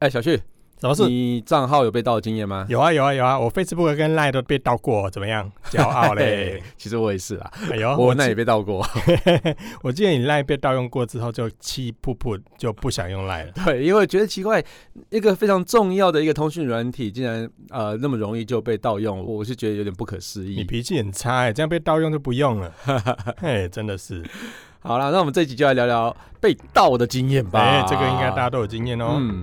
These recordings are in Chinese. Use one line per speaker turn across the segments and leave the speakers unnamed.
哎，小旭，
什么事？
你账号有被盗的经验吗？
有啊有啊有啊，我 Facebook 跟 Line 都被盗过，怎 么样？骄傲嘞！
其实我也哦是啦，
哎呦，
我那也被盗过。
我记得你 Line 被盗用过之后，就气噗噗就不想 用 Line 了。
对，因为觉得奇怪，一个非常重要的一个通讯软体，竟然呃那么容易就被盗用，我是觉得有点不可思
你
议。
脾气很差哎，这样被盗用就不 用了。嘿，真的是，
好啦，那我们这一集就来聊聊被盗的经验吧。
哎，这个应该大家都有经验哦。
嗯，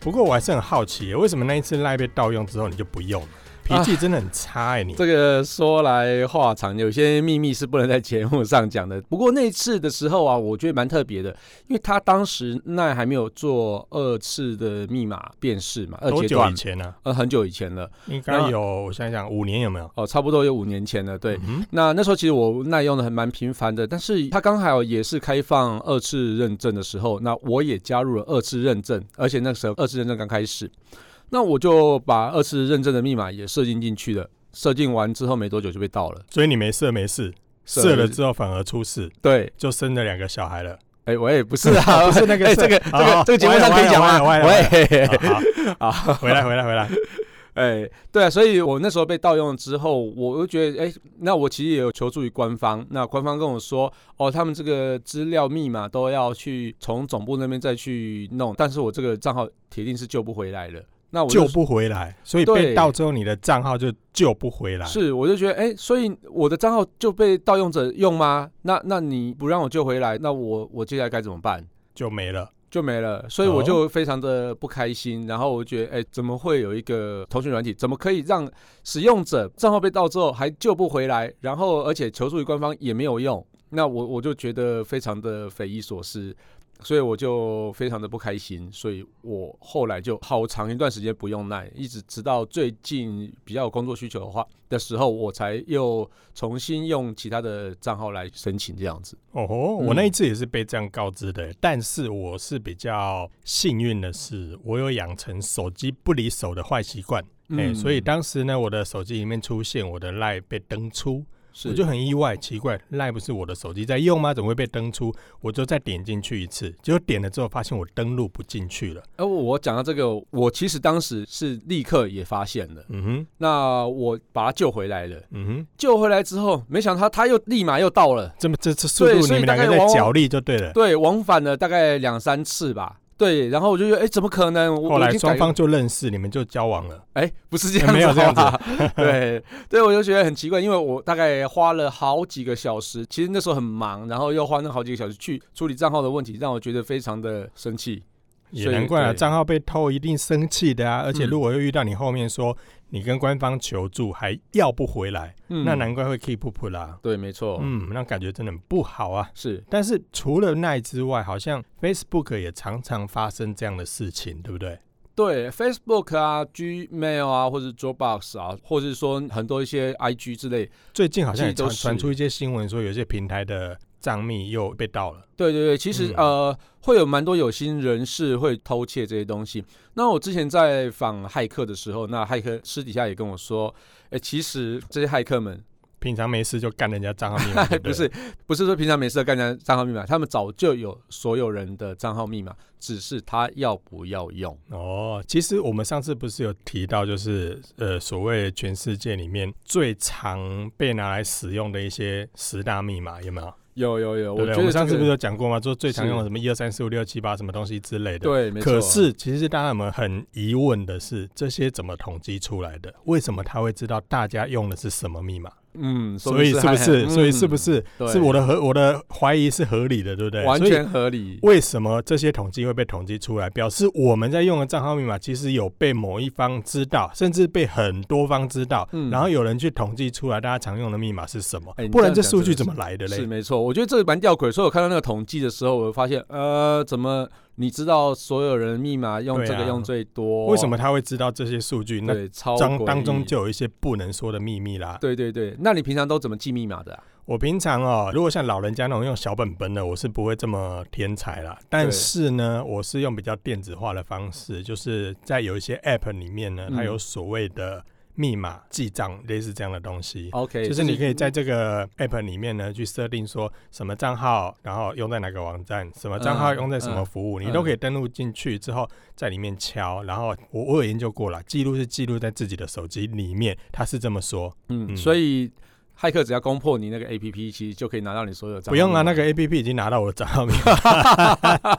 不过我还是很好奇耶，为什么那一次赖被盗用之后你就不用了？脾气真的很差哎、你。
这个说来话长，有些秘密是不能在节目上讲的。不过那次的时候啊，我觉得蛮特别的，因为他当时那还没有做二次的密码辨识嘛，二
多
阶
久啊以
段，
前呢、
呃，很久以前了，
应该有，我想想，五年有没有？
哦，差不多有五年前了，对。
嗯
那那时候其实我耐用的还蛮频繁的，但是它刚好也是开放二次认证的时候，那我也加入了二次认证，而且那时候二次认证刚开始，那我就把二次认证的密码也设定进去了。设定完之后没多久就被盗了，
所以你没射没事，射了之后反而出事，
对，
就生了两个小孩 了。
哎、我也不是啊，不
不是那个
哎、
事
这个这
好
个
好
这个节目上可以讲吗？
歪了歪了
喂，
好，好回来回来回来，
哎、对啊，所以我那时候被盗用之后，我就觉得，哎、那我其实也有求助于官方，那官方跟我说，哦，他们这个资料密码都要去从总部那边再去弄，但是我这个账号铁定是救不回来了。那我就
救不回来，所以
对
被盗之后，你的账号就救不回来。
是，我就觉得，哎、所以我的账号就被盗用者用吗？那那你不让我救回来，那我我接下来该怎么办？
就没了。
就没了，所以
哦
我就非常的不开心。然后我就觉得，哎、怎么会有一个通讯软体，怎么可以让使用者账号被盗之后还救不回来？然后而且求助于官方也没有用，那我我就觉得非常的匪夷所思，所以我就非常的不开心。所以我后来就好长一段时间不用奈，一直直到最近比较有工作需求的话的时候，我才又重新用其他的账号来申请这样子。
哦吼，
嗯
我那一次也是被这样告知的，欸但是我是比较幸运的是，我有养成手机不离手的坏习惯。
嗯
哎、所以当时呢，我的手机里面出现我的赖被登出，
是
我就很意外，奇怪，赖不是我的手机在用吗？怎么会被登出？我就再点进去一次，结果点了之后发现我登录不进去了。
哎、我我讲到这个，我其实当时是立刻也发现了，
嗯哼，
那我把他救回来了。
嗯哼，
救回来之后，没想到他他又立马又到了，
这么这这速度
对
你
所以
们
大
两
概
个在
往往
角力就对了。
对，往返了大概两三次吧。对，然后我就觉得，哎、怎么可能？我
后
我
来
已经
双
改
方就认识，你们就交往了。
哎、不是这样、
没有这样子
子。啊对，对，我就觉得很奇怪，因为我大概花了好几个小时，其实那时候很忙，然后又花那好几个小时去处理账号的问题，让我觉得非常的生气。
也
所以
难怪啊，
对
账号被偷一定生气的啊！而且
嗯
如果又遇到你后面说你跟官方求助还要不回来，
嗯哦
那难怪会 keep up 啦。
对，没错，
嗯，那感觉真的很不好啊。
是
但是除了那之外，好像 Facebook 也常常发生这样的事情，对不对？
对 Facebook 啊、Gmail 啊，或者 Dropbox 啊，或者说很多一些 IG 之类，
最近好像也
其实都
传
是
传出一些新闻，说有些平台的账密又被盗了。
对对对，其实、
嗯
呃，会有蛮多有心人士会偷窃这些东西。那我之前在访骇客的时候，那骇客私底下也跟我说，哎，其实这些骇客们
平常没事就干人家账号密码，对对
不是不是说平常没事干人家账号密码，他们早就有所有人的账号密码，只是他要不要用。
哦，其实我们上次不是有提到，就是呃，所谓全世界里面最常被拿来使用的一些十大密码，有没有？
有有有，
对不对？
觉
我
得、
们上次不是
是
有讲过吗？说最常
是
用的什么一二三四五六七八什么东西之类的。。
对，没错。
可是，其实大家有没有很疑问的是，这些怎么统计出来的？为什么他会知道大家用的是什么密码？
嗯，说
所以
定
是不
还
是？所以是不？
嗯
是？
对
是我的合我的怀疑是合理的，对不对？
完
所以
全合理。
为什么这些统计会被统计出来？表示我们在用的账号密码其实有被某一方知道，甚至被很多方知道，
嗯
然后有人去统计出来大家常用的密码是什么
哎你，
不然
这
这
样讲
数据
真
怎
的
么来的
是
嘞？
没错，我觉得这个蛮吊诡。所以我看到那个统计的时候，我发现，呃，怎么你知道所有人密码用这
对
个
啊
用最多，
为什么他会知道这些数据？
哦
那
对，超
当
诡
当中
异
就有一些不能说的秘密啦。
对对对，那你平常都怎么记密码的啊？
我平常哦，如果像老人家那种用小本本的，我是不会这么天才啦。但是呢，我是用比较电子化的方式，就是在有一些 App 里面呢，
嗯
它有所谓的密码记账，类似这样的东西。
OK，
就是你可以在这个 app 里面呢，去设定说什么账号，然后用在哪个网站，什么账号
嗯
用在什么
嗯
服务，你
嗯
都可以登录进去之后，在里面敲。然后我我有研究过了，记录是记录在自己的手机里面，他是这么说，
嗯，
嗯
所以骇客只要攻破你那个 APP，其实就可以拿到你所有的账号
不
密码。
用啊，那个 app 已经拿到我的账号密码，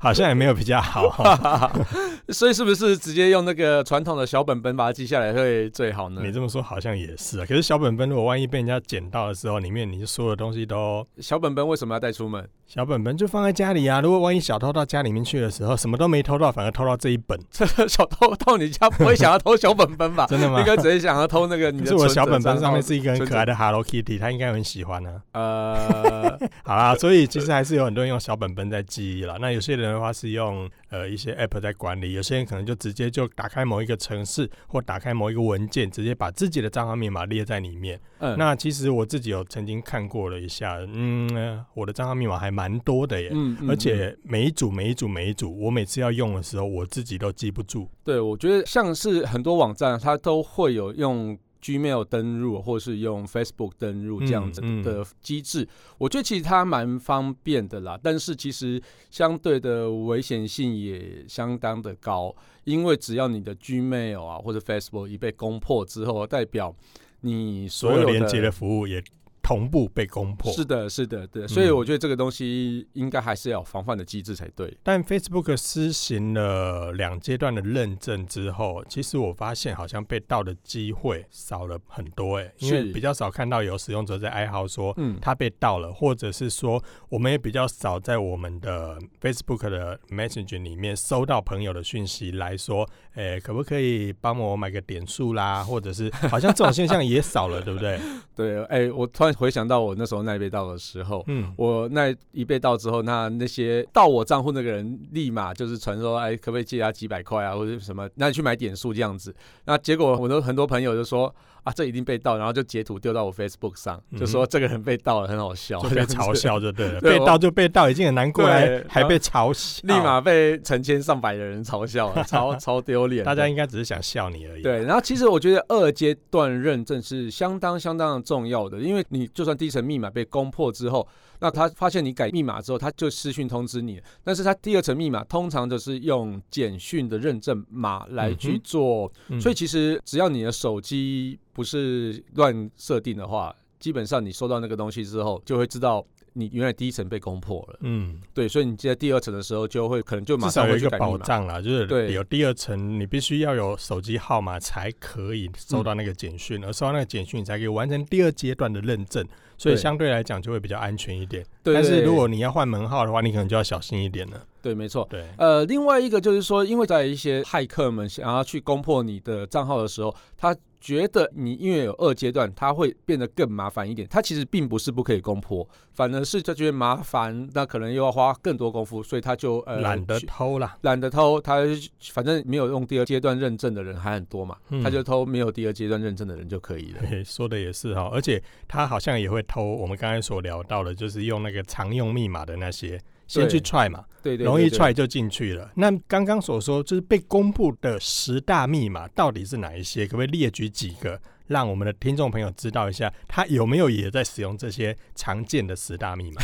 好像也没有比较好哈。
所以是不是直接用那个传统的小本本把它记下来会最好呢？
你这么说好像也是啊，可是小本本如果万一被人家捡到的时候，里面你所有的东西都。
小本本为什么要带出门？
小本本就放在家里啊，如果万一小偷到家里面去的时候，什么都没偷到，反而偷到这一本，
这个小偷到你家不会想要偷小本本 吧？
真的吗
应？该只是想要偷那个你
可
的
是我
存折
小本本
账
上
号
面是一个很
存
可
折
爱的 Hello Kitty，他应该很喜欢呢、
呃，
好啦，所以其实还是有很多人用小本本在记忆啦。那有些人的话是用呃一些 App 在管理，有些人可能就直接就打开某一个城市或打开某一个文件，直接把自己的账号密码列在里面。
嗯，
那其实我自己有曾经看过了一下，嗯，呃我的账号密码还蛮多的耶。
嗯，嗯
而且每一组、每一组、每一组，我每次要用的时候，我自己都记不住。
对，我觉得像是很多网站，它都会有用 Gmail 登录，或是用 Facebook 登录这样子
嗯嗯
的机制。我觉得其实它蛮方便的啦，但是其实相对的危险性也相当的高，因为只要你的 Gmail 啊或者 Facebook 一被攻破之后，代表你
所
所
有
有
连接的服务也同步被攻破。
是的，是的，对，所以
嗯
我觉得这个东西应该还是要有防范的机制才对。
但 Facebook 施行了两阶段的认证之后，其实我发现好像被盗的机会少了很多、欸，因为
是
比较少看到有使用者在哀嚎说
嗯，
他被盗了，或者是说我们也比较少在我们的 Facebook 的 Messenger 里面收到朋友的讯息来说，诶、可不可以帮我买个点数啦，或 者是好像这种现象也少了，对不对？
对，哎、我突然回想到我那时候那一被盗的时候，
嗯，
我那一被盗之后，那那些盗我账户那个人立马就是传说，哎，可不可以借他几百块啊，或者什么？那你去买点数这样子。那结果我的很多朋友就说啊，这一定被盗，然后就截图丢到我 Facebook 上，
嗯哼
就说这个人被盗了，很好笑，
就 被嘲，笑就对了，
哦对
被
我
盗就被盗，已经很难过
对
了，还
然后
被嘲笑，
立马被成千上百的人嘲笑，超超丢脸的。
大家应该只是想笑你而已。，
对，然后其实我觉得二阶段认证是相当相当的重要的，因为你就算第一层密码被攻破之后，那他发现你改密码之后，他就私讯通知你了。但是他第二层密码通常就是用简讯的认证码来
嗯
去
哼
做，
嗯
所以其实只要你的手机不是乱设定的话，基本上你收到那个东西之后，就会知道。你原来第一层被攻破了，
嗯，
对，所以你在第二层的时候就会可能就马
至
上
少有
会
一
去
个
改密
保
码。
障啦，就
对
是有第二层，你必须要有手机号码才可以
嗯
收到那个简讯，而收到那个简讯，你才可以完成第二阶段的认证，所以
对
相对来讲就会比较安全一点。
对，
但是
对
如果你要换门号的话，你可能就要小心一点了。
对，没错，
对，
呃，另外一个就是说，因为在一些骇客们想要去攻破你的账号的时候，他觉得你因为有二阶段，他会变得更麻烦一点。他其实并不是不可以攻破，反而是他觉得麻烦，那可能又要花更多功夫，所以他就呃
懒得
去
偷啦，
懒得偷，他反正没有用第二阶段认证的人还很多嘛，
嗯
他就偷没有第二阶段认证的人就可 以了。
嘿说的也是哈、而且他好像也会偷我们刚才所聊到的，就是用那个常用密码的那些，先去
对
踹嘛。
对对对，
容易
对。
踹就进去了。那刚刚所说就是被公布的十大密码到底是哪一些？可不可以列举几个，让我们的听众朋友知道一下，他有没有也在使用这些常见的十大密码？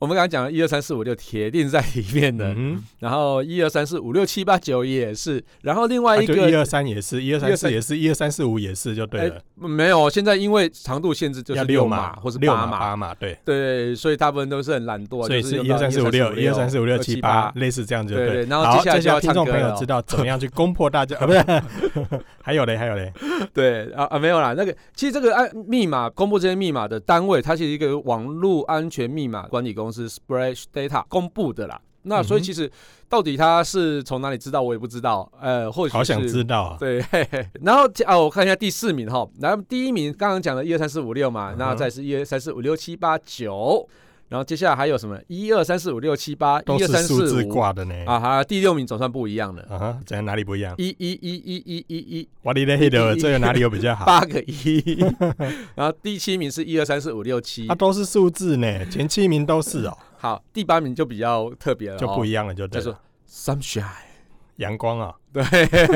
我们刚刚讲了一二三四五六，铁定在里面的。
嗯哼，
然后一二三四五六七八九也是，然后另外
啊
一
就
个、
一二三也是，一二三四也是，一二三四五也是，就对了，
哎没有，现在因为长度限制就是
要
六
码
或是
六
八
码、八码，对。
对，所以大部分都是很懒惰，
所以
就是用
一二
到
三四五六，一二三四五六七
7
八，类似这样就
对
对
对。然后
好
接下来
这
就要
些听众
唱歌
朋友
了
知道怎么样去攻破大家 啊，不是？还有嘞，还 有嘞，
对啊啊没有啦，那个其实这个按密码公布这些密码的单位，它其实一个网络安全密码管理公司 Splash Data 公布的啦。那所以
嗯哼
其实到底它是从哪里知道，我也不知道。呃，或许
好想
是
知道啊。
对，嘿嘿然后啊，我看一下第四名哈，然后第一名刚刚讲的一二三四五六嘛，
嗯哼
那再是一二三四五六七八九，然后接下来还有什么？一二三四五六七八，
都
一
是
二三
数字
四五
挂的呢。
啊哈，第六名总算不一样 了，
啊哈，怎样哪里不一样？
一一一一一一一
瓦里的黑的
一
这个哪里有比较 好？
八个一，然后第七名是一二三四五六七
它，啊都是数字呢，前七名都是哦，
好，第八名就比较特别了、哦，
就不一样了，就
叫
对
做
了。
sunshine，
阳光啊，
对，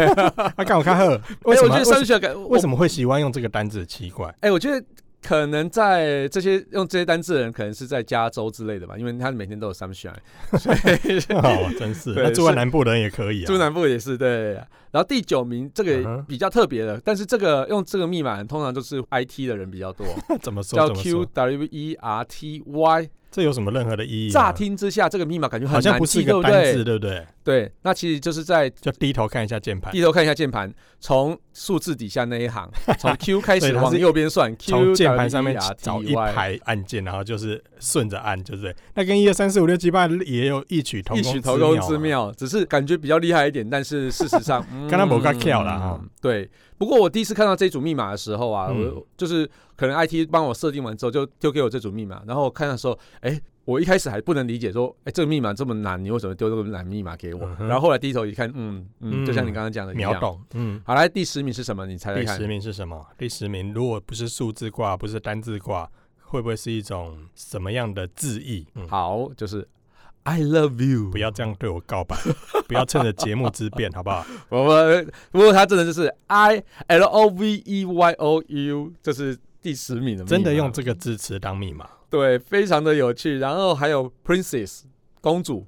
啊，刚好看 赫，为
哎
什
我
么
觉得
为什
sunshine 感
为
么？
什么会喜欢用这个单字？奇怪，
哎、我觉得。可能在这些用这些单字的人，可能是在加州之类的吧，因为他每天都有 sunshine，所以
哦，真是。
对
那住在
是
南部的人也可以啊。
中南部也是对。然后第九名这
嗯
个
哼
比较特别的，但是这个用这个密码通常都是 IT 的人比 较多，
怎么说？
叫
怎么
Q
说？
W E R T Y。
这有什么任何的意义啊？
乍听之下，这个密码感觉
好
很
像
难
不是
记，
一
对不
个单字，
对？
对不对？
对，那其实就是在
就低头看一下键盘，
低头看一下键盘，从数字底下那一行，从 Q 开
所以
始
它是
往右边算，
从
Q
键盘上面
W E R T
找一
Y
排按键，然后就是顺着按，就是对。那跟一二三四五六七八也有异曲同
异
工
曲同工之
啊。
妙，只是感觉比较厉害一点，但是事实上，
刚刚 没跟跳啦
嗯
哈
对，不过我第一次看到这组密码的时候啊，
嗯
我就是可能 IT 帮我设定完之后，就丢给我这组密码，然后我看的时候，哎、我一开始还不能理解，说，哎、这个密码这么难，你为什么丢这么难密码给我？
嗯哼
然后后来低头一看，嗯嗯，
嗯
就像你刚刚讲的一
秒
样。
懂，嗯。
好，来第十名是什么？你猜猜
第十
呃看。
名是什么？第十名如果不是数字卦，不是单字卦，会不会是一种什么样的字意？嗯，
好，就是 I love you。
不要这样对我告白，不要趁着节目之便，好 不好？
我们不过他真的就是 I L O V E Y O U，这是第十名的密码，
真的用这个字词当密码，
对，非常的有趣。然后还有 Princess 公 主，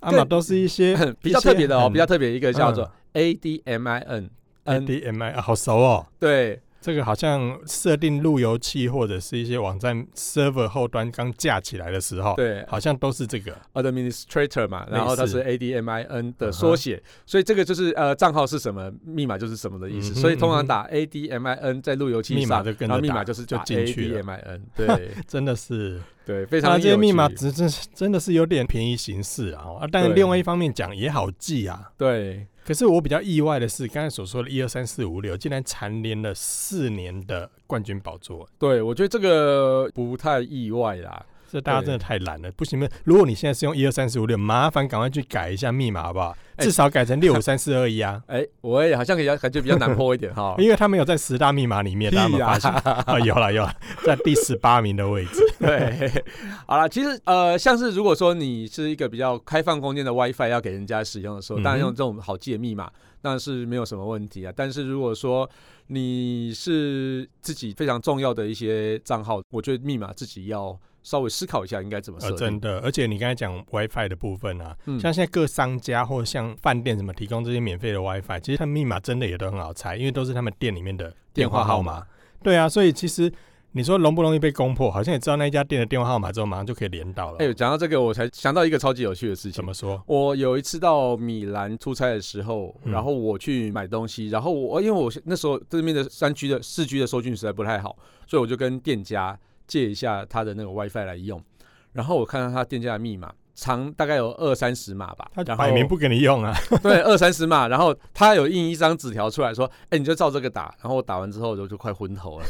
阿玛啊都是一些
比较特别的
一些
哦，
很
比较特别一个叫做
嗯
A D M I N N，
ADMI，啊好熟哦。
对
这个好像设定路由器或者是一些网站 server 后端刚架起来的时候，
对
好像都是这个。
，Administrator 嘛，然后它
类似
是 A D M I N
嗯
的缩写，所以这个就是呃账号是什么，密码就是什么的意
嗯
思。
哼
所以通常打 A D M I N 在路由器
密码
上
就，跟着
然后密
打
码就是
就
打
进
A
去
D
了
M I N，对
真的是，
对，非 常
那
有
啊这些密码
趣
只真是真的是有点便宜形式啊！啊，但
对
另外一方面讲也好记啊。
对
可是我比较意外的是，刚才所说的一二三四五六，竟然蝉联了四年的冠军宝座，
对，我觉得这个不太意外啦。
这大家
对
真的太懒了。不行，不行如果你现在是用一二三四五六，麻烦赶快去改一下密码好不好？
哎
至少改成六五三四二 一啊，
哎，我也好像比较感觉比较难破一点哈
。因为它没有在十大密码里面，大家有没有发
屁
现
呀
啊，有了有了，在第十八名的位置。
对，好啦，其实呃，像是如果说你是一个比较开放空间的 WiFi 要给人家使用的时候，当
嗯
然
哼
用这种好记的密码，那是没有什么问题啊。但是如果说你是自己非常重要的一些账号，我觉得密码自己要稍微思考一下应该怎么
呃，
设
真
定。
的，而且你刚才讲 WiFi 的部分啊，
嗯
像现在各商家或像饭店什么提供这些免费的 WiFi，其实它密码真的也都很好猜，因为都是他们店里面的电话号码。，对啊，所以其实你说容不容易被攻破，好像也知道那一家店的电话号码之后，马上就可以连到了。
哎，讲到这个，我才想到一个超级有趣的事情
怎。么说？
我有一次到米兰出差的时候，
嗯
然后我去买东西，然后我因为我那时候对面的山区的市区的收讯实在不太好，所以我就跟店家借一下他的那个 WiFi 来用。然后我看到他店家的密码长大概有二三十码吧，
他
然后
摆明不给你用啊，
对二三十码，然后他有印一张纸条出来说：“哎、你就照这个打。”然后我打完之后我就就快昏头了。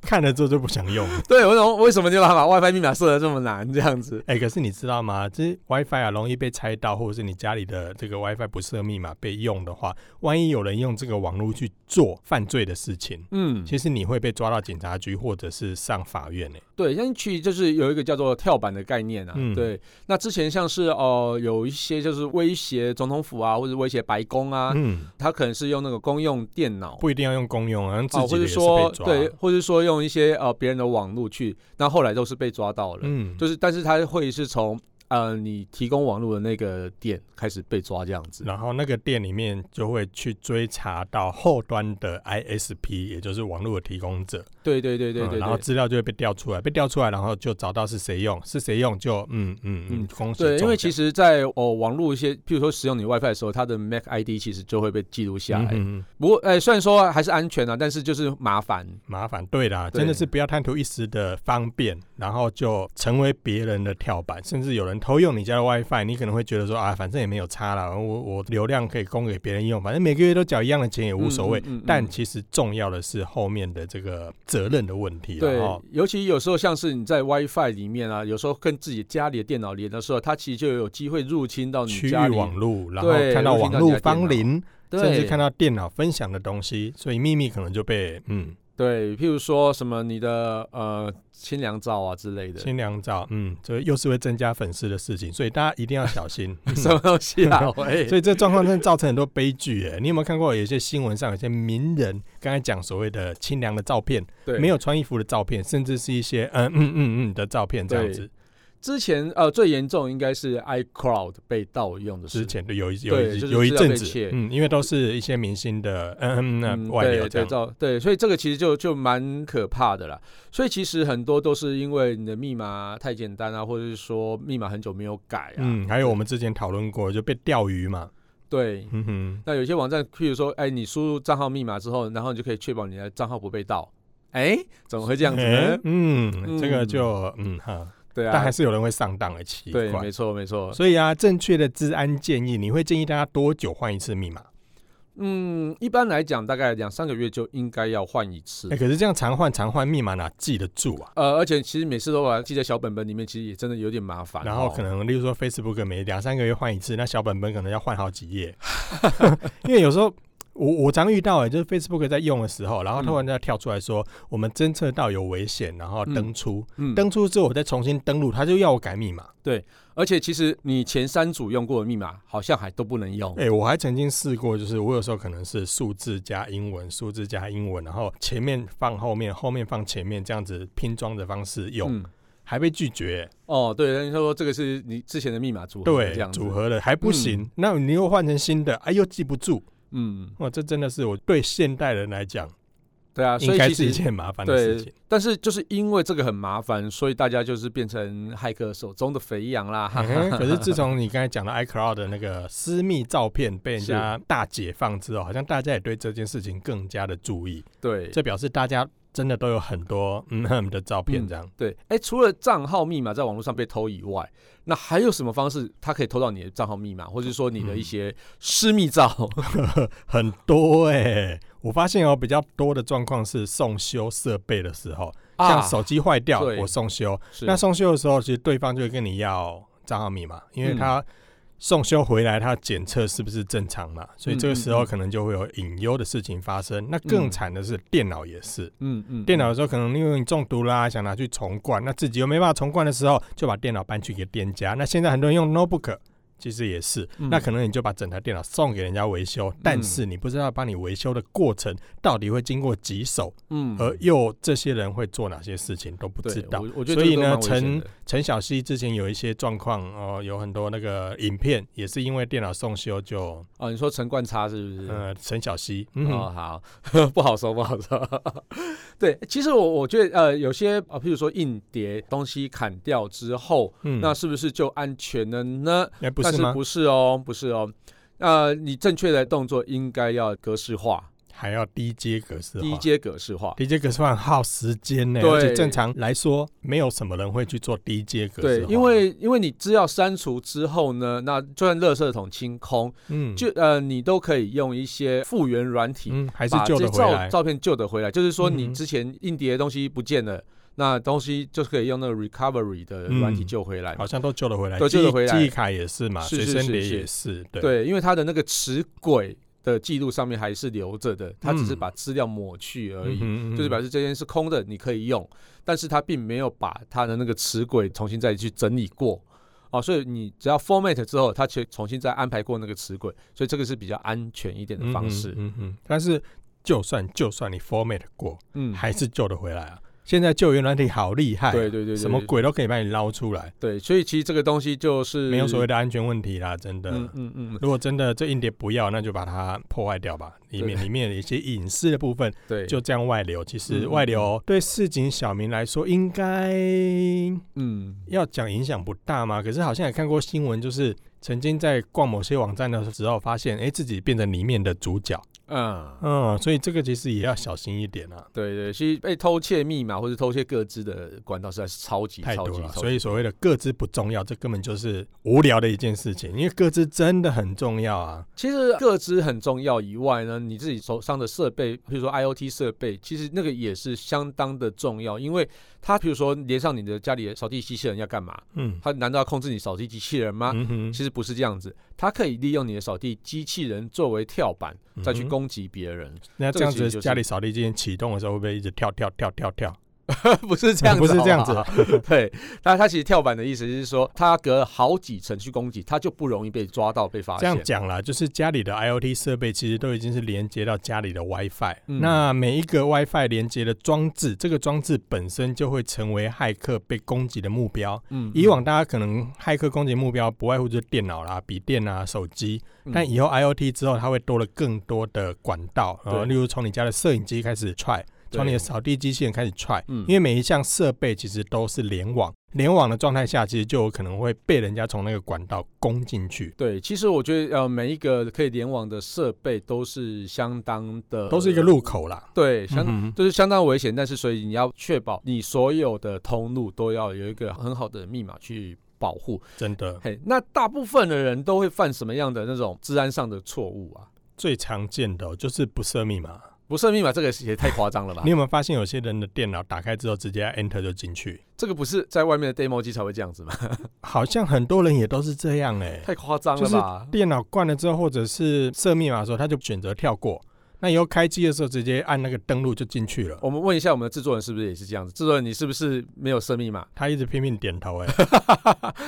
看了之后就不想用了。
对，我想为什么你把把 WiFi 密码设的这么难这样子？
哎、可是你知道吗？这 WiFi 啊，容易被猜到，或者是你家里的这个 WiFi 不设密码被用的话，万一有人用这个网络去做犯罪的事情，
嗯，
其实你会被抓到警察局或者是上法院欸呢、
对，像去就是有一个叫做跳板的概念啊。
嗯
对，那之前像是哦、呃有一些就是威胁总统府啊，或者威胁白宫啊，
嗯，
他可能是用那个公用电脑。
不一定要用公用，好像自
啊，
己
或者
的也是
说
被抓。
对，，或者说用一些呃别人的网络去，那后来都是被抓到了，
嗯，
就是但是他会是从呃你提供网络的那个点开始被抓这样子，
然后那个店里面就会去追查到后端的 ISP，也就是网络的提供者。
对对对对
嗯
对
然后
对，
资料就会被调出来，被调出来，然后就找到是谁用，是谁用就嗯嗯嗯，
嗯
恭喜中
对，
奖。
因为其实在哦网络一些，譬如说使用你 WiFi 的时候，它的 MAC ID 其实就会被记录下
嗯
来，
嗯嗯
不过，哎、虽然说还是安全啊，但是就是麻烦。
麻烦，对啦，
对
真的是不要贪图一时的方便，然后就成为别人的跳板，甚至有人偷用你家的 WiFi，你可能会觉得说啊，反正也没有差啦，我我流量可以供给别人用，反正每个月都缴一样的钱呃也无所谓。
嗯嗯嗯嗯
但其实重要的是后面的这个责任的问题
对哦
了哈。，
尤其有时候像是你在 WiFi 里面啊，有时候跟自己家里的电脑连的时候，它其实就有机会入侵到
区
你
域
家里，
网络，然后
对
看
入
到
侵
网
到你
络
家电
芳
脑
邻，甚
对
至看到电脑分享的东西，所以秘密可能就被嗯
对，譬如说什么你的呃清凉照啊之类的，
清凉照，嗯，这又是会增加粉丝的事情，所以大家一定要 小心。
什么东西啊？ 哎
所以这状况真的造成很多悲剧哎，你有没有看过有一些新闻上有些名人刚才讲所谓的清凉的照片，
对，
没有穿衣服的照片，甚至是一些嗯嗯嗯嗯的照片这样子。
之前呃最严重应该是 iCloud 被盗用的事
之
情。
前的有一有
对
一
就是
有一
资料
阵
被
子
窃，
嗯，因为都是一些明星的嗯嗯
嗯
那外流
对
这
对
样。
照对，所以这个其实就就蛮可怕的啦。所以其实很多都是因为你的密码太简单啊，或者是说密码很久没有改啊。
嗯，还有我们之前讨论过，就被钓鱼嘛，
对。
嗯哼，
那有些网站，譬如说，哎，你输入账号密码之后，然后你就可以确保你的账号不被盗。哎，怎么会这样子呢
哎？嗯，
嗯
这个就嗯哈，
对
但
啊
还，是有人会上当的，奇
对，
怪
没。错，没错。
所以啊，正确的治安建议，你会建议大家多久换一次密码？
嗯，一般来讲，大概两三个月就应该要换一次
哎、。可是这样常换常换密码哪记得住啊？
呃，而且其实每次都把它记在小本本里面，其实也真的有点麻烦哦。
然后可能，例如说 Facebook 每两三个月换一次，那小本本可能要换好几页， 因为有时候我我常遇到、欸，就是 Facebook 在用的时候，然后突然间跳出来说、我们侦测到有危险，然后登出，
嗯，
登出之后我再重新登录，他就要我改密码。
而且其实你前三组用过的密码好像还都不能用。
哎、我还曾经试过，就是我有时候可能是数字加英文，数字加英文，然后前面放后面，后面放前面，这样子拼装的方式用，
嗯
还被拒绝欸、
哦，对，人家说这个是你之前的密码组合，
对
这样，子
组，合了还不行，那你又换成新的，哎，又记不住，
嗯，
哇，这真的是我对现代人来讲，
对啊，所
应
以
该
其
是一
实
件很麻烦的事
对
情。，
但是就是因为这个很麻烦，所以大家就是变成骇客手中的肥羊啦，哈哈
嗯可是自从你刚才讲到 iCloud 的那个私密照片被人家大解放之后，好像大家也对这件事情更加的注意，
对。
这表示大家真的都有很多嗯哼的照片这样。
对，哎，除了账号密码在网络上被偷以外，那还有什么方式它可以偷到你的账号密码，或者说你的一些私密照？
嗯 很多哎、我发现哦，比较多的状况是送修设备的时候，像手机坏掉，
对
我送修。
啊是
那送修的时候，其实对方就会跟你要账号密码，因为
嗯
他送修回来，他检测是不是正常嘛，所以这个时
嗯
候
嗯嗯
可能就会有隐忧的事情发生。那更惨的是电脑也是，
嗯嗯，
电脑有时候可能因为你中毒啦，想拿去重灌，那自己又没办法重灌的时候，就把电脑搬去给店家。那现在很多人用 notebook。其实也是，
嗯
那可能你就把整台电脑送给人家维修，但是你不知道帮你维修的过程到底会经过几手，
嗯
而又这些人会做哪些事情都不
对
知道。
我我觉得
所以
这个都
呢
蛮危险
陈
的
陈小希之前有一些状况哦，有很多那个影片也是因为电脑送修就
哦，你说陈冠差是不是？
呃陈小希，嗯
哦，
哼，
好， 不好说，不好说。 对，其实我我觉得呃，有些呃，譬如说硬碟东西砍掉之后，
嗯
那是不是就安全了呢？
哎不
但
是
是
吗？
不是哦，不是哦。呃，你正确的动作应该要格式化，
还要低阶格式化，
低阶格式化。
低阶格式化很耗时间呢，
对
而且正常来说没有什么人会去做低阶格
对，
式化，
因为因为你资料删除之后呢，那就算垃圾桶清空，
嗯
就呃，你都可以用一些复原软体
嗯还是
把
救
这
得
些
回
照
来，
照片救得回来，就是说
嗯
你
哼
之前硬碟的东西不见了，那东西就是可以用那个 recovery 的软体
嗯
救回来嘛。
好像都救得回来，
都
记
救得回来
记忆卡也是嘛，
是
随
是
身碟
是是
也是，对
对，因为它的那个磁轨的记录上面还是留着的，它只是
嗯
把资料抹去而已，
嗯哼
就是表
嗯
示这件是空的，你可以用，但是它并没有把它的那个磁轨重新再去整理过。哦，所以你只要 format 之后，它去重新再安排过那个磁轨，所以这个是比较安全一点的
哼
方式。
嗯哼，但是就算就算你 format 过，
嗯，
还是救得回来啊。现在救援软体好厉害啊、
对对对对，
什么
对
鬼都可以把你捞出来，
对，所以其实这个东西就是
没有所谓的安全问题啦，真的。
嗯嗯嗯，
如果真的这硬碟不要，那就把它破坏掉吧。里面里面的一些隐私的部分
对，
就这样外流。其实
嗯
外流对市井小民来说，应该
嗯，
要讲影响不大嘛。可是好像也看过新闻，就是曾经在逛某些网站的时候，发现哎、诶自己变成里面的主角，
嗯，
嗯，所以这个其实也要小心一点啊，
对对，其实被偷窃密码或者偷窃各自的管道实在是超级
太
超
多
级
了。
超
啊所
级。
以所谓的各自不重要，这根本就是无聊的一件事情，因为各自真的很重要啊。
其实各自很重要以外呢，你自己手上的设备，比如说 IOT 设备，其实那个也是相当的重要，因为它比如说连上你的家里的扫地机器人要干嘛？
嗯，
它难道要控制你扫地机器人吗？
嗯哼
啊其实不是这样子，它可以利用你的扫地机器人作为跳板，再去
嗯哼
攻击别人，
那
这
这
个
样
其实
子
就是
家里扫地机器人启动的时候，会不会一直跳跳跳跳跳？
不是这样子，
不是这样子
好不好。 对，那它其实跳板的意思是说，它隔了好几层去攻击，它就不容易被抓到、被发
这样
现。
讲啦，就是家里的 IOT 设备其实都已经是连接到家里的 WiFi，、
嗯
那每一个 WiFi 连接的装置，这个装置本身就会成为骇客被攻击的目标。
嗯
以往大家可能骇客攻击目标不外乎就是电脑啦、笔电啊、手机，
嗯
但以后 IOT 之后，它会多了更多的管道，
对
呃，例如从你家的摄影机开始踹，从你的
对
扫地机器人开始踹，
嗯
因为每一项设备其实都是联网，联网的状态下，其实就有可能会被人家从那个管道攻进去，
对，其实我觉得呃，每一个可以联网的设备都是相当的，
都是一个入口啦。
对，相、
嗯哼
就是相当危险，但是所以你要确保你所有的通路都要有一个很好的密码去保护。
真的
嘿，那大部分的人都会犯什么样的那种治安上的错误啊？
最常见的哦就是不设密码。
不设密码这个也太夸张了吧
你？有没有发现有些人的电脑打开之后直接按 Enter 就进去？
这个不是在外面的 demo 机才会这样子吗？
好像很多人也都是这样哎、
太夸张了吧？
电脑关了之后，或者是设密码的时候，他就选择跳过。那以后开机的时候直接按那个登录就进去了。
我们问一下我们的制作人是不是也是这样子？制作人，你是不是没有设密码？
他一直拼命 点头、哎，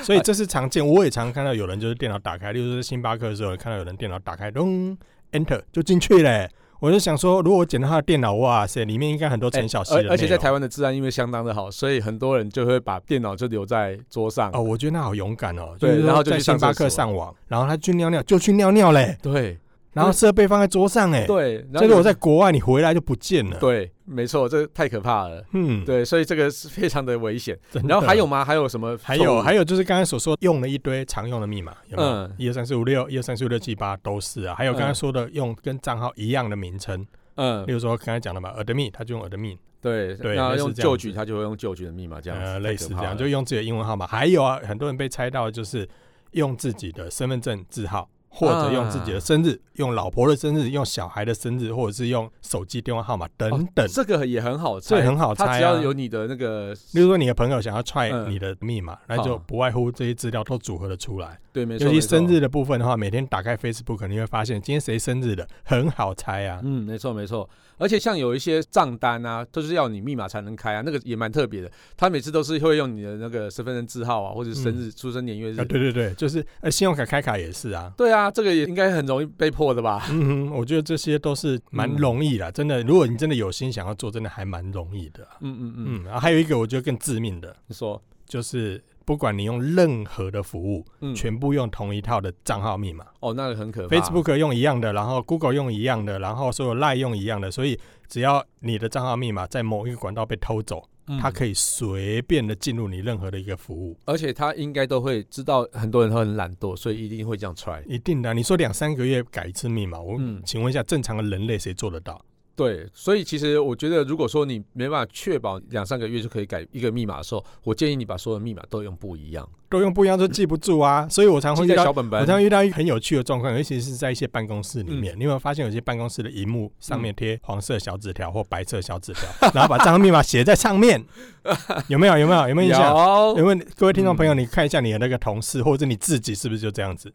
所以这是常见，我也常看到有人就是电脑打开，例如说在星巴克的时候，看到有人电脑打开，咚，Enter 就进去嘞、我就想说，如果我捡到他的电脑，哇塞，里面应该很多陈小希的
哎而
内容、
而且在台湾的治安因为相当的好，所以很多人就会把电脑就留在桌上。
哦，我觉得他好勇敢哦，
对
就是说
然后就去
在星巴
上
克
厕所
上网，然后他去尿尿就去尿尿嘞，
对
然后设备放在桌上哎，，
对，然后
这个
有
我在国外你回来就不见了，，
对，没错，这太可怕了。
嗯，
对，所以这个是非常的危险。
真的，
然后还有吗？还有什么错误？
还有还有就是刚才所说用了一堆常用的密码，有没有
嗯？
一二三四五六，一二三四五六七八都是啊，还有刚才
嗯
说的用跟账号一样的名称，例
嗯，
如说刚才讲的嘛，admin 他就用 admin，
对，
对
那
类似
用
这样
旧局
子
他就会用旧局的密码这样子，
呃，
太
类
可
似这
怕
样，
了
就用自己的英文号码。还有啊，很多人被猜到就是用自己的身份证字号，或者用自己的生日，用老婆的生日，用小孩的生日，或者是用手机电话号码等等，
哦这个也很好
这
猜，
很好
他
猜
只要
啊。
有你的那个，
例如说，你的朋友想要踹
嗯
你的密码，那就
好
不外乎这些资料都组合的出来。
对，没错，
尤其
没错
生日的部分的话，每天打开 Facebook，你会发现今天谁生日的，很好猜啊。
嗯，没错没错，而且像有一些账单啊，都是要你密码才能开啊，那个也蛮特别的。他每次都是会用你的那个身份证字号啊，或者是生日、出生年月日。
啊，对对对，就是呃，信用卡开卡也是啊。
对啊，这个也应该很容易被破的吧？
嗯哼，我觉得这些都是蛮
嗯
容易的，真的。如果你真的有心想要做，真的还蛮容易的啊。
嗯嗯嗯，
嗯，然后还有一个我觉得更致命的，
你说，
就是不管你用任何的服务，
嗯，
全部用同一套的账号密码
哦，那个很可怕。
，Facebook 用一样的，然后 Google 用一样的，然后所有 Line 用一样的，所以只要你的账号密码在某一个管道被偷走，
嗯
它可以随便的进入你任何的一个服务。
而且他应该都会知道，很多人都很懒惰，所以一定会这样 try。
一定的啊，你说两三个月改一次密码，我
嗯
请问一下，正常的人类谁做得到？
对，所以其实我觉得，如果说你没办法确保两三个月就可以改一个密码的时候，我建议你把所有密码都用不一样，
都用不一样都记不住啊，所以我常会
记
遇
在
到
小本
我
本。
常遇到一个很有趣的状况，尤其是在一些办公室里
嗯
面，你有没有发现有些办公室的荧幕上面贴黄色小纸条或白色小纸条， 然后把账号密码写在上面， 有没有？有没有？有没有印象？
有
有没有？各位听众朋友，
嗯
你看一下你的那个同事或者是你自己是不是就这样子？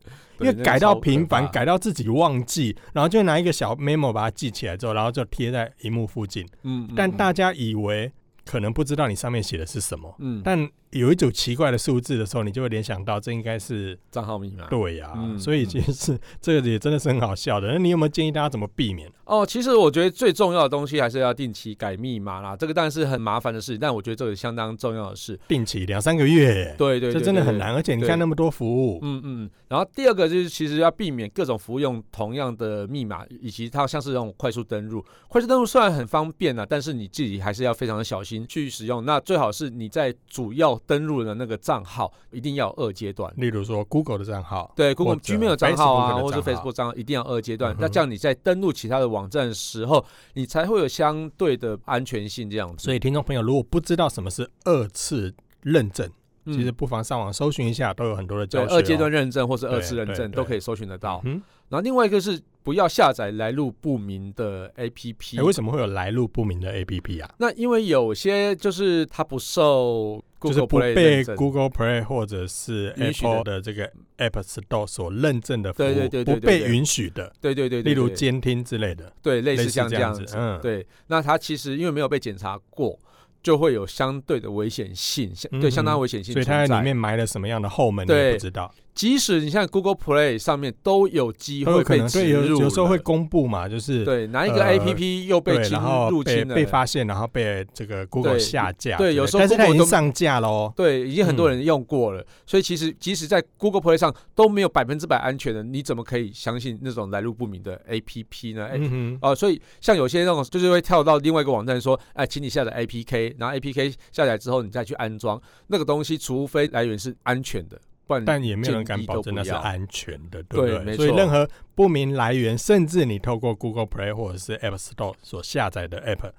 对
因为
那个
改到
超可
频
怕
繁，改到自己忘记，然后就拿一个小 memo 把它记起来之后，然后就贴在荧幕附近。
嗯，嗯
但
嗯
大家以为可能不知道你上面写的是什么，
嗯，
但有一组奇怪的数字的时候，你就会联想到这应该是
账号密码
对呀、
嗯
所以其实是这个也真的是很好笑的。那你有没有建议大家怎么避免？
哦，其实我觉得最重要的东西还是要定期改密码啦，这个当然是很麻烦的事，但我觉得这个相当重要的事。
定期两三个月，
对对对
这真的很。
对对
难。而且你
对
看那么多服务，
嗯嗯，然后第二个就是，其实要避免各种服务用同样的密码，以及它像是这种快速登录。快速登录虽然很方便啊，但是你自己还是要非常的小心，心去使用。那最好是你在主要登录的那个账号一定要有二阶段。
例如说 Google 的账号，
对，Google
或者
Gmail 账号啊，
Facebook 的
或是
账号
Facebook 账号，一定要二阶段
嗯。哼
那这样你在登录其他的网站的时候，你才会有相对的安全性这样子。
所以听众朋友如果不知道什么是二次认证，
嗯
其实不妨上网搜寻一下，都有很多的教
对
学、哦
二阶段，认证或是二次
对
认
对
证
对
都可以搜寻得到。
嗯，
然后另外一个是不要下载来路不明的 APP。
哎，为什么会有来路不明的 APP 啊？
那因为有些就是它不受
就是
Google
不
Play
被
认证，
Google Play 或者是
允许的
Apple 的这个 App Store 所认证的服务，
对对对对对
不被
对
允许的，
对对对对，
例如
对
监听之类的，
对类
类
似像
这
这样
子，
子，
嗯，
对。那它其实因为没有被检查过，就会有相对的危险性，相对
嗯
相当危险性
所以
存
它
在。
在里面埋了什么样的后门，你也
对
不知道，
即使你像 Google Play 上面都有机
都有
会
可
被
能对
植
有
入了，
有时候会公布嘛，就是
对哪一个
呃
APP 又被
对，
侵
然后
入
被
侵了，
被发现，然后被这个 Google
对
下架之类的，
对有时候
但是它已
Google
经
都
上架哦喽。
对，已经很
嗯
多人用过了，所以其实即使在 Google Play 上都没有百分之百安全的，你怎么可以相信那种来路不明的 APP 呢？哎、
嗯哼，
哦，所以像有些那种就是会跳到另外一个网站说，哎，请你下载 APK，然后 APK 下载之后你再去安装那个东西，除非来源是安全的，不然
但也没有人
建
敢
议
保
都
证
不
那是
要
安全的，对不
对
对？
没
所以
错
任何不明来源，甚至你透过 Google Play 或者是 App Store 所下载的 App，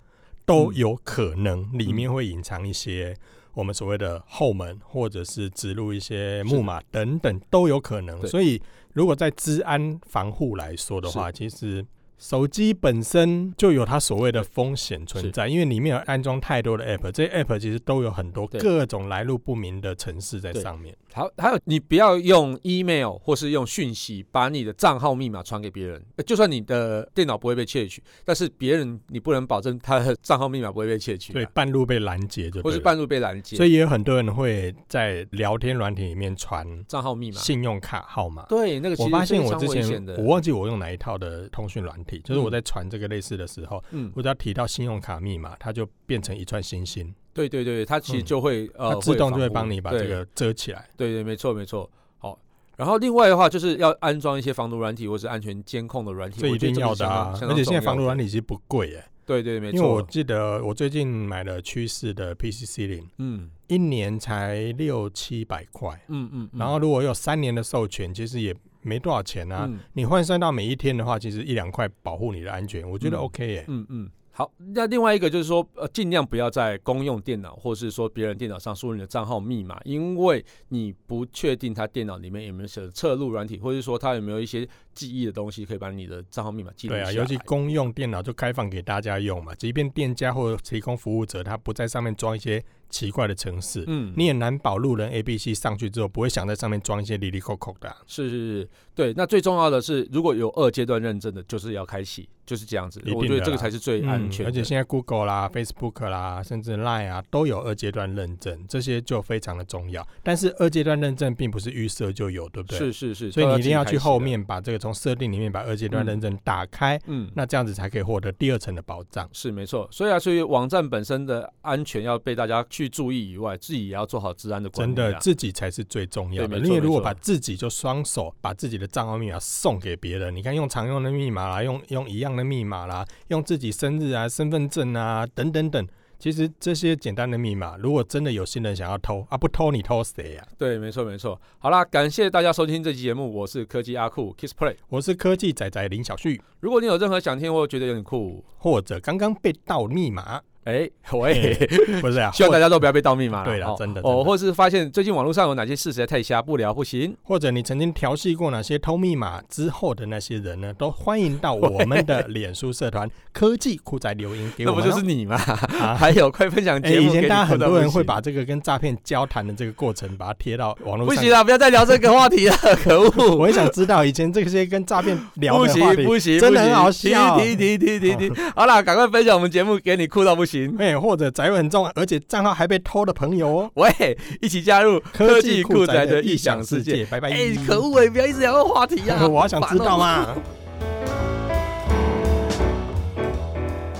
都
嗯
有可能里面会隐藏一些我们所谓的后门，或者是植入一些木马等等，都有可能。
对
所以，如果在治安防护来说的话，其实。手机本身就有它所谓的风险存在，因为里面有安装太多的 app，这些 app 其实都有很多
对
各种来路不明的城市在
对
上面。
好，还有你不要用 email 或是用讯息把你的账号密码传给别人，呃就算你的电脑不会被窃取，但是别人你不能保证他的账号密码不会被窃取、啊，
对，，半路被拦截就
或
对
是
了
半路被拦截，
所
以
以也有很多人会在聊天软体里面传
账号密码。
信用卡号码。
对，那个其
我
实
发现
非
我
常
之
危险
前
的
我忘记我用哪一套的通讯软体，就是我在传这个类似的时候，
嗯，
我只要提到信用卡密码，它就变成一串星星，
对对对，它其实
嗯
就会、呃
它自动就会
防护
帮你把
对
这个遮起来。
对对，没错没错。好，然后另外的话就是要安装一些防毒软体或是安全监控的软体，
这
我
一
觉得
定
这个
要
是
的啊！
相当
而且现在防毒
相当重要的
软体其实不贵耶，
对对没
因为我
错，
记得我最近买了趋势的 PCC 零，
嗯
一年才六七百块，
嗯嗯，嗯
然后如果有三年的授权，其实也没多少钱啊。
嗯
你换算到每一天的话，其实一两块保护你的安全，我觉得
嗯
OK 耶、
嗯嗯。好，那另外一个就是说，呃，尽量不要在公用电脑或是说别人电脑上输入你的账号密码，因为你不确定他电脑里面有没有写侧录软体，或者说他有没有一些记忆的东西可以把你的账号密码记录
对
下来。
啊，尤其公用电脑就开放给大家用嘛，即便店家或提供服务者他不在上面装一些奇怪的程式，
嗯，
你也难保路人 A、B、C 上去之后不会想在上面装一些里里扣扣的啊、
是是是，对。那最重要的是，如果有二阶段认证的，就是要开启，就是这样子
一。定
我觉
的
得这个
啦嗯
才是最安全
而
的、
且现在 Google 啦、Facebook 啦，甚至 Line 啊，都有二阶段认证，这些就非常的重要。但是二阶段认证并不是预设就有，对不对？
是是是，
所以
都
你一
自
定
己
要
开
去
启
后
的。
面把这个从设定里面把二阶段认证打开，
嗯，
那这样子才可以获得第二层的保障。
是没错。所以啊，所以网站本身的安全要被大家去注意以外，自己也要做好治安的管
真
理、
的，
啊。
自己才是最重要的。
对没错
因为如果
没错
把自己就双手把自己的账号密码送给别人，你看用常用的密码啦，用用一样的密码啦，用自己生日啊、身份证啊等等等，其实这些简单的密码，如果真的有心人想要偷啊，不偷你偷谁呀、
对，没错没错。好啦，感谢大家收听这期节目，我是科技阿酷 Kiss Play。
我是科技仔仔林小旭，
如果你有任何想听或觉得有点酷，
或者刚刚被盗密码，
哎、喂。
不是啊，
希望大
或
家都不要被盗密码啦
对啦
哦
真的真的
哦，或是发现最近网络上有哪些事实在太瞎，不聊不行。
或者你曾经调戏过哪些偷密码之后的那些人呢？都欢迎到我们的脸书社团“科技酷仔”留言给
那
我
不
们、哦。
就是你吗？
啊
还有快分享
哎、
节目、
以前大家很多人会把这个跟诈骗交谈的这个过程，把它贴到网络
不
上。
行，啦，不要再聊这个话题了，可恶！
我也想知道以前这些跟诈骗聊
不
的话
行
题，
不行，
真的
不行
很好笑哦
停停停停停停！好啦，赶快分享我们节目给你酷到不行。
哎、或者宅友很重，而且账号还被偷的朋友哦。
喂，一起加入科技酷宅的异想世界。，
拜拜。
哎、可恶哎、不要一直聊这个话题啊！
我好想知道
啊。
嘛。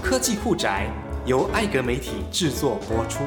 科技酷宅由艾格媒体制作播出。